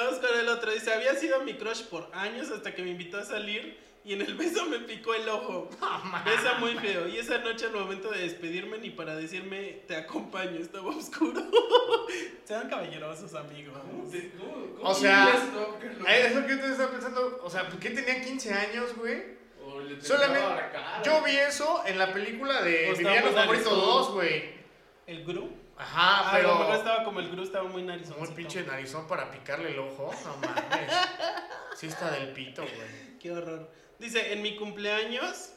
S1: vamos con el otro. Dice, había sido mi crush por años hasta que me invitó a salir y en el beso me picó el ojo. Besa muy feo. Y esa noche al momento de despedirme ni para decirme te acompaño, estaba oscuro. Sean caballerosos, amigos.
S3: ¿Cómo te- cómo- cómo
S2: O sea, eh,
S3: dirías tú que lo-
S2: Es lo que te estaba pensando. O sea, ¿por qué tenía 15 años, güey?
S3: o le te
S2: solamente-
S3: pegaba la cara?
S2: Yo vi eso en la película de
S1: Pues
S2: Viviano
S1: estaba muy
S2: Favorito
S1: narizón.
S2: 2, güey.
S1: ¿El Gru?
S2: Ajá,
S1: Ah, a lo
S2: Ah, pero...
S1: mejor estaba como el Gru, estaba muy narizón.
S2: Muy pinche narizón para picarle el ojo. No mames. Sí está del pito, güey.
S1: Qué horror. Dice, en mi cumpleaños...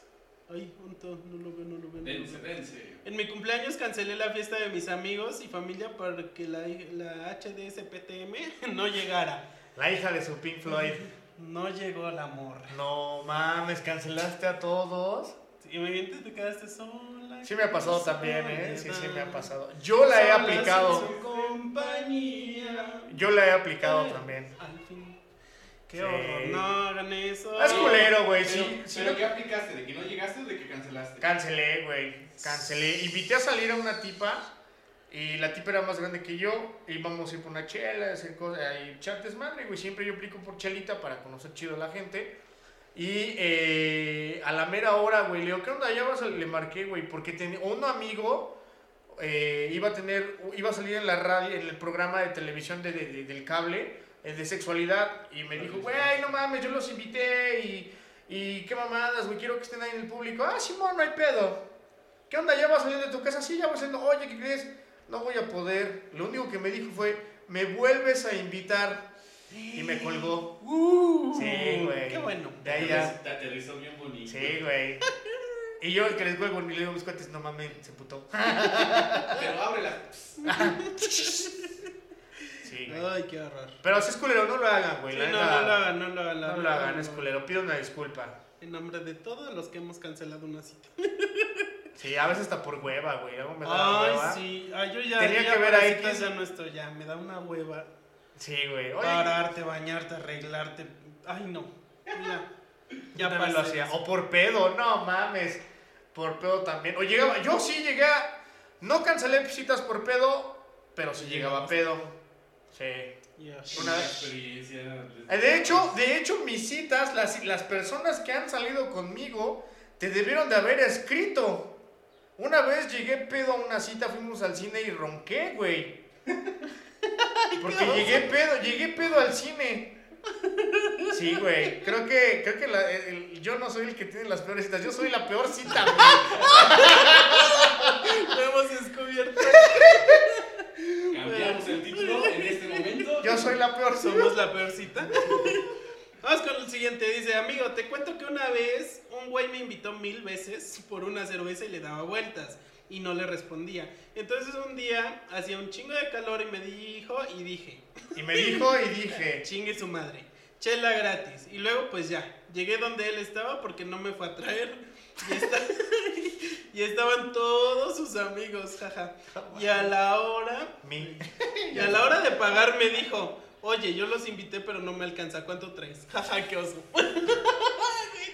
S1: Ay, punto, no lo veo, no lo veo. no lo
S3: Dense,
S1: veo.
S3: dense.
S1: En mi cumpleaños cancelé la fiesta de mis amigos y familia para que la, la HDSPTM no llegara.
S2: La hija de su Pink Floyd.
S1: No llegó la morra.
S2: No mames, cancelaste a todos.
S1: Y obviamente te quedaste sola.
S2: Sí me ha pasado también, ¿eh?
S1: soledad.
S2: Sí, sí me ha pasado. Yo la he
S1: Sola
S2: aplicado.
S1: sin su compañía.
S2: Yo la he aplicado también.
S1: Al fin. Qué
S2: Sí.
S1: horror. No hagan eso.
S2: Es culero, güey.
S3: Pero,
S2: Pues Sí, sí
S3: pero
S2: lo-
S3: ¿qué aplicaste? ¿De que no llegaste o de que cancelaste?
S2: Cancelé, güey. Cancelé. Invité a salir a una tipa. Y la tipa era más grande que yo. Íbamos a ir por una chela, a hacer cosas. Y echar desmadre, güey. Siempre yo aplico por chelita para conocer chido a la gente. Y eh, a la mera hora, güey, le digo, ¿qué onda? Ya vas a- le marqué, güey, porque tenía un amigo eh, iba a tener, iba a salir en la radio, en el programa de televisión de- de- de- del cable, eh, de sexualidad, y me dijo, güey, no mames, yo los invité y, y qué mamadas, güey, quiero que estén ahí en el público. Ah, Simón, no hay pedo. ¿Qué onda? Ya vas saliendo de tu casa, sí, ya vas saliendo, oye, ¿qué crees? No voy a poder. Lo único que me dijo fue, me vuelves a invitar. Y me colgó.
S1: Uh,
S2: Sí, güey.
S1: Qué bueno.
S2: De ahí ya.
S3: Te aterrizó bien bonito.
S2: Sí, güey. Y yo el que les juego ni le digo a mis cuates, no mames, se putó.
S3: Pero ábrela.
S2: Sí, güey.
S1: Ay, qué horror.
S2: Pero si es culero, no lo hagan, güey.
S1: Sí,
S2: la
S1: no, no lo
S2: neta,
S1: hagan, no lo hagan. la
S2: no lo
S1: verdad,
S2: hagan,
S1: no.
S2: es culero. Pido una disculpa.
S1: En nombre de todos los que hemos cancelado una cita.
S2: Sí, a veces hasta por hueva, güey. Luego me da la
S1: Ay,
S2: hueva. Sí.
S1: sí. Ay, yo ya.
S2: Tenía
S1: yo ya
S2: que ver
S1: para
S2: a
S1: citas
S2: X.
S1: Ya no estoy, ya. Me da una hueva.
S2: güey. Oye,
S1: Pararte, bañarte, arreglarte. Ay, no. Mira.
S2: yo
S1: Ya
S2: también lo
S1: pasé.
S2: hacía. O por pedo, no mames. Por pedo también. O llegaba, yo sí llegué a... No cancelé citas por pedo, pero sí llegaba a pedo. Sí.
S1: Ya.
S2: Una-
S3: experiencia.
S2: Eh, De hecho, de hecho, mis citas, las, las personas que han salido conmigo, te debieron de haber escrito. Una vez llegué pedo a una cita, fuimos al cine y ronqué, güey. Porque llegué pedo, llegué pedo al cine. Sí, güey. Creo que, creo que la- el- el- yo no soy el que tiene las peores citas, yo soy la peor cita, güey.
S1: Lo hemos descubierto.
S3: Cambiamos el título en este momento.
S2: Yo soy la peor cita.
S1: Somos la peor cita. Vamos con el siguiente. Dice, amigo, te cuento que una vez un güey me invitó mil veces por una cerveza y le daba vueltas. Y no le respondía. Entonces un día hacía un chingo de calor y me dijo y dije,
S2: Y me dijo y dije,
S1: Chingue su madre. Chela gratis. Y luego, pues ya. Llegué donde él estaba porque no me fue a traer. Y, esta- y estaban todos sus amigos, jaja. Y a la hora.
S2: mi.
S1: Y a la hora de pagar me dijo: Oye, yo los invité, pero no me alcanza. ¿Cuánto traes? Jaja, qué oso. Ay,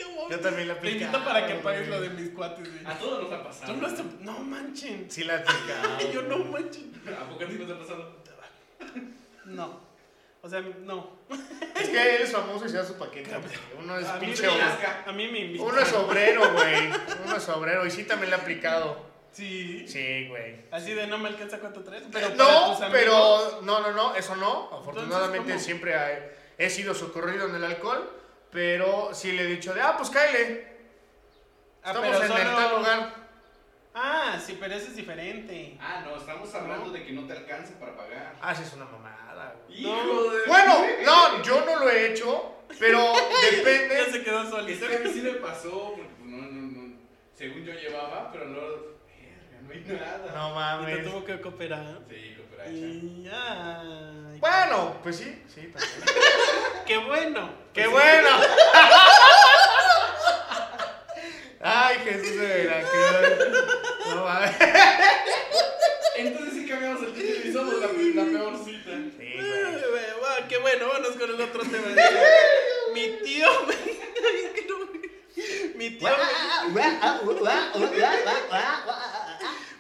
S1: no mames.
S2: Yo también la
S1: Te
S2: apliqué.
S1: invito para que pagues lo de mis cuates, güey.
S3: A todos nos ha pasado.
S1: Tú no, has- no manchen.
S2: Sí la aplicaba.
S1: Yo no manchen.
S3: ¿A poco a ti no te ha pasado?
S1: No. O sea, no.
S2: Es que él es famoso y se da su paquete. güey. Uno es
S1: A mí
S2: pinche
S1: me
S2: obrero.
S3: Asca.
S1: A mí me invitan.
S2: Uno es obrero, güey. Uno es obrero. Y sí, también le ha aplicado.
S1: Sí.
S2: Sí, güey.
S1: Así de no me alcanza cuánto traes, pero para
S2: Eh, No,
S1: tus amigos-
S2: pero. No, no, no. Eso no. Afortunadamente
S1: Entonces, ¿cómo?
S2: siempre ha- he sido socorrido en el alcohol. Pero sí le he dicho de, ah, pues cáele.
S1: Ah,
S2: Estamos
S1: pero
S2: en el
S1: solo-
S2: tal lugar.
S1: Ah, sí, pero eso es diferente.
S3: Ah, no, estamos hablando de que no te
S2: Ah,
S3: alcanza para pagar.
S2: Haces una mamada, güey.
S3: Hijo de.
S2: Bueno, no, yo no lo he hecho. Pero
S1: Ya
S2: depende.
S1: se quedó
S3: Es
S1: solito.
S3: que a mí sí me pasó, porque pues, no, no, no. Según yo llevaba, pero no. Verga, no hay nada.
S2: No
S1: Y te
S2: mames.
S1: tuvo que cooperar.
S3: Sí, cooperacha.
S1: Y ay,
S2: Bueno, pues sí, sí, también.
S1: qué bueno.
S2: ¡Qué
S1: Pues,
S2: bueno! Ay, Jesús de Veracruz. No mames.
S3: Entonces sí cambiamos el título y somos la, la peor cita.
S2: Sí,
S1: eh,
S2: güey.
S1: eh, bueno, Qué bueno, vámonos con el otro tema. Mi tío me. Ay, que no me- Mi tío me.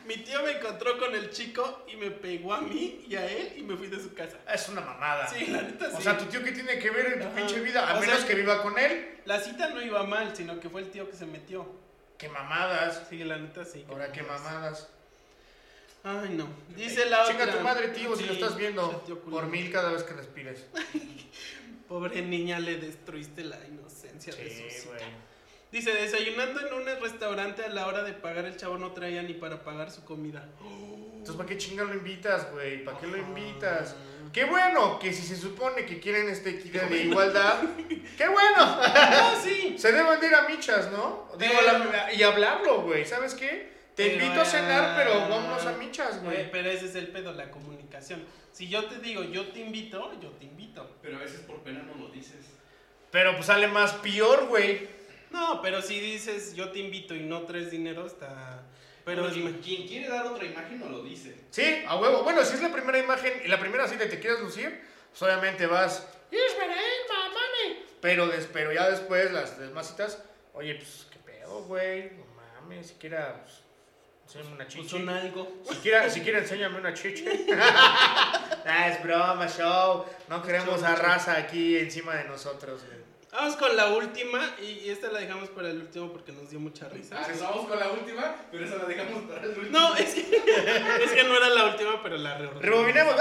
S1: Mi tío me encontró con el chico y me pegó a mí y a él y me fui de su casa.
S2: Es una mamada.
S1: Sí, la neta sí.
S2: O sea, tu tío que tiene que ver en tu
S1: Ajá.
S2: pinche vida, a
S1: O sea-
S2: menos que viva con él.
S1: La cita no iba mal, sino que fue el tío que se metió.
S2: Qué mamadas.
S1: Sí, la neta sí.
S2: Ahora qué mamadas.
S1: Ay, no. Dice la
S2: Chinga
S1: otra.
S2: tu madre, tío, si
S1: Sí,
S2: lo estás viendo.
S1: el tío culero.
S2: Por mil cada vez que respires.
S1: Pobre niña, le destruiste la inocencia de su
S2: Sí,
S1: cita.
S2: güey.
S1: Dice, desayunando en un restaurante a la hora de pagar, el chavo no traía ni para pagar su comida.
S2: Entonces, ¿para qué chinga lo invitas, güey? ¿Para qué lo
S1: Ajá.
S2: invitas? Qué bueno que si se supone que quieren esta equidad de igualdad, qué bueno.
S1: Ah, sí.
S2: Se deben de ir a michas, ¿no? Digo,
S1: Pero-
S2: la- y hablarlo, güey. ¿Sabes qué? Te
S1: Pero,
S2: invito a cenar,
S1: ah,
S2: pero vámonos a michas,
S1: Güey,
S2: güey.
S1: Pero ese es el pedo, la comunicación. Si yo te digo, yo te invito, yo te invito.
S3: Pero a veces por pena no lo dices.
S2: Pero pues sale más peor, güey.
S1: No, pero si dices, yo te invito y no traes dinero, está... Pero es...
S3: Porque quien quiere dar otra imagen no lo dice.
S2: Sí, a huevo. Bueno, si es la primera imagen y la primera cita y te quieres lucir, pues obviamente vas. "Es para él, mamame". Pero, des- pero ya después, las demás citas, oye, pues qué pedo, güey. No mames, siquiera. Pues, enséñame una
S1: Pues
S2: chichi.
S1: un algo.
S2: Siquiera, siquiera enséñame una chichi. ah, es broma, show. No queremos a raza aquí encima de nosotros, eh. güey.
S1: Vamos con la última y y esta la dejamos para el último porque nos dio mucha risa.
S3: Ah, nos vamos con la última, pero esa la dejamos para el último.
S1: No, es que, es que no era la última, pero la reordené.
S2: Rebobinemos.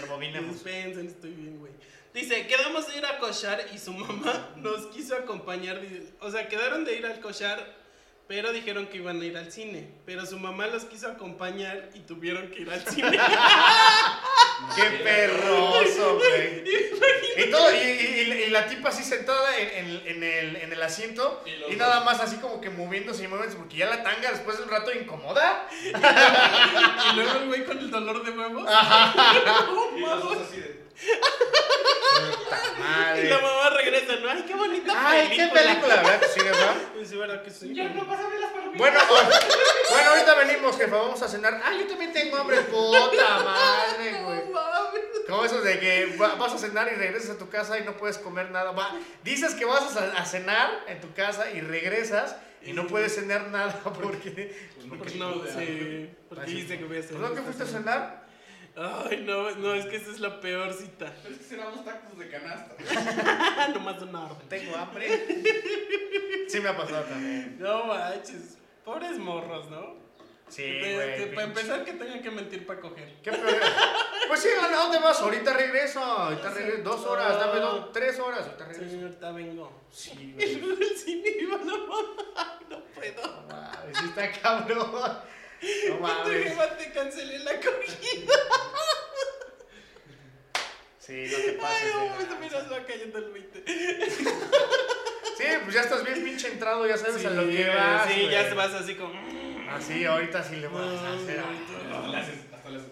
S2: Rebobinemos.
S1: Dispensen, estoy bien, güey. Dice, quedamos de ir a cochar y su mamá nos quiso acompañar. Dice, O sea, quedaron de ir al cochar, pero dijeron que iban a ir al cine. Pero su mamá los quiso acompañar y tuvieron que ir al cine.
S2: Qué perroso, güey. Y, todo, y, y- y- y la tipa así sentada en, en- en el, en el asiento
S3: Y los
S2: y nada más así como que moviéndose y moviéndose porque ya la tanga después de un rato incomoda.
S1: y luego el güey con el dolor de huevos.
S3: Y los dos así de.
S2: Puta
S1: y la mamá regresa, ¿no? Ay, qué bonita
S2: Ay, qué película, ¿verdad? que sí, verdad?
S1: Pues sí, verdad que sí.
S3: pásame las palomitas.
S2: Bueno, o- bueno, ahorita venimos, jefa, vamos a cenar. Ah, yo también tengo hambre, puta madre, güey. Como eso de que va- vas a cenar y regresas a tu casa y no puedes comer nada. Va, dices que vas a, a cenar en tu casa y regresas y no puedes cenar nada porque...
S3: Pues
S1: Porque
S3: porque
S1: no,
S3: de hambre.
S1: sí, porque dice que voy a hacer.
S2: ¿Por ¿No que fuiste a cenar?
S1: Ay, no, no, es que esa es la peor cita.
S3: Pero es que cenamos tacos de canasta.
S1: Ah, nomás de una orden.
S2: Tengo hambre. Sí me ha pasado también.
S1: No manches. Pobres morros, ¿no?
S2: Sí,
S1: Pe-
S2: güey.
S1: Eh, que
S2: pinche.
S1: para empezar que tengan que mentir para coger.
S2: ¿Qué peor? Pues sí, ¿a dónde vas? Ahorita regreso. Ahorita regreso. Dos horas, dame dos, tres horas. Ahorita regreso.
S1: Señorita, vengo.
S2: Sí,
S1: Y
S2: güey.
S1: luego el cine iba la mamá. No puedo.
S2: No mames, sí está cabrón. No
S1: Cuando
S2: mames.
S1: iba te cancelé la cogida.
S2: Sí, no te
S1: Ay,
S2: pases.
S1: no,
S2: de
S1: mames,
S2: lanza.
S1: apenas va cayendo el 20.
S2: Sí, pues ya estás bien pinche entrado, ya sabes
S1: Sí,
S2: a lo que vas.
S1: Sí, ya
S2: güey.
S1: vas así como.
S2: Así, ahorita sí le vas a
S1: No,
S2: hacer.
S1: güey,
S3: Hasta le haces, hasta le haces.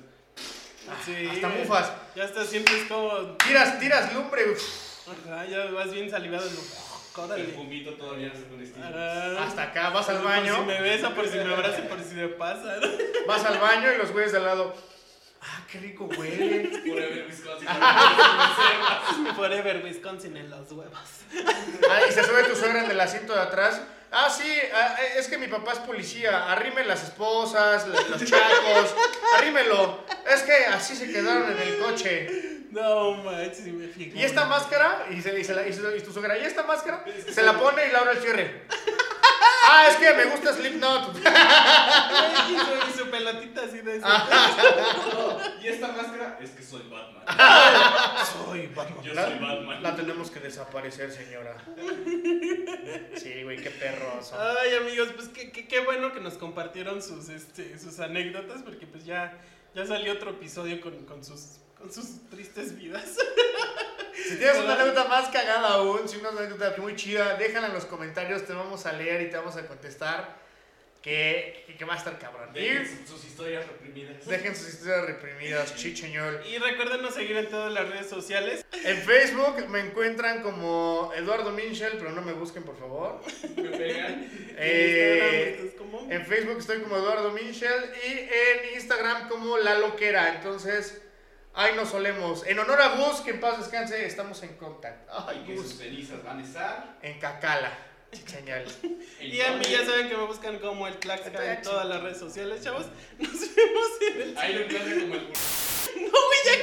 S1: Sí,
S2: Hasta
S1: güey.
S2: mufas.
S1: Ya hasta sientes como.
S2: Tiras, tiras lumbre. uf,
S1: Ajá, ya vas bien salivado. lo-
S3: El
S1: Órale.
S3: fumito todavía no se pone estilo.
S1: Ah.
S2: Hasta acá, vas al
S1: Por si
S2: baño.
S1: me besa, por si me abraza, por si me pasa. ¿no?
S2: Vas al baño y los güeyes de al lado. Ah, qué rico huele.
S3: Forever Wisconsin.
S1: Forever Wisconsin en los huevos.
S2: Ah, y se sube tu suegra en el asiento de atrás. Ah, sí, ah, eh, es que mi papá es policía. Arrimen las esposas, los los chacos. Arrímelo. Es que así se quedaron en el coche.
S1: No manches, me fijo.
S2: Y esta máscara, y, se, y, se la- y su- y tu suegra, y esta máscara, se la pone y Laura el cierre. Ah, es que me gusta Slipknot.
S1: Y su, y su pelotita así de eso.
S3: Y esta máscara es que soy Batman.
S2: Soy Batman.
S3: Yo
S2: La-
S3: soy Batman.
S2: La tenemos que desaparecer, señora. Sí, güey, qué perroso.
S1: Ay, amigos, pues qué, qué, qué bueno que nos compartieron sus, este, sus anécdotas, porque pues ya, ya salió otro episodio con, con sus, con sus tristes vidas.
S2: Si tienes una anécdota más cagada aún, si una anécdota muy chida, déjala en los comentarios, te vamos a leer y te vamos a contestar. Que, que- que va a estar cabrón. Y
S3: Dejen sus historias reprimidas.
S2: dejen sus historias reprimidas, chicheñol.
S1: Y recuérdenos seguir en todas las redes sociales.
S2: En Facebook me encuentran como Eduardo Minchel, pero no me busquen, por favor.
S3: Me pegan.
S1: En
S2: Eh,
S1: Instagram, ¿estás como?
S2: En Facebook estoy como Eduardo Minchel y en Instagram como La Loquera. Entonces, ahí nos solemos. En honor a Gus, que en paz descanse, estamos en contacto.
S3: Y
S2: Ay,
S3: que sus
S2: Gus.
S3: cenizas van a estar.
S2: En Cacala. Señal.
S1: Y a mí ya saben que me buscan como el Tlaxcala en todas las redes sociales, chavos. Nos vemos en el...
S3: Ahí lo encuentran como
S1: No,
S3: el
S1: güey, ya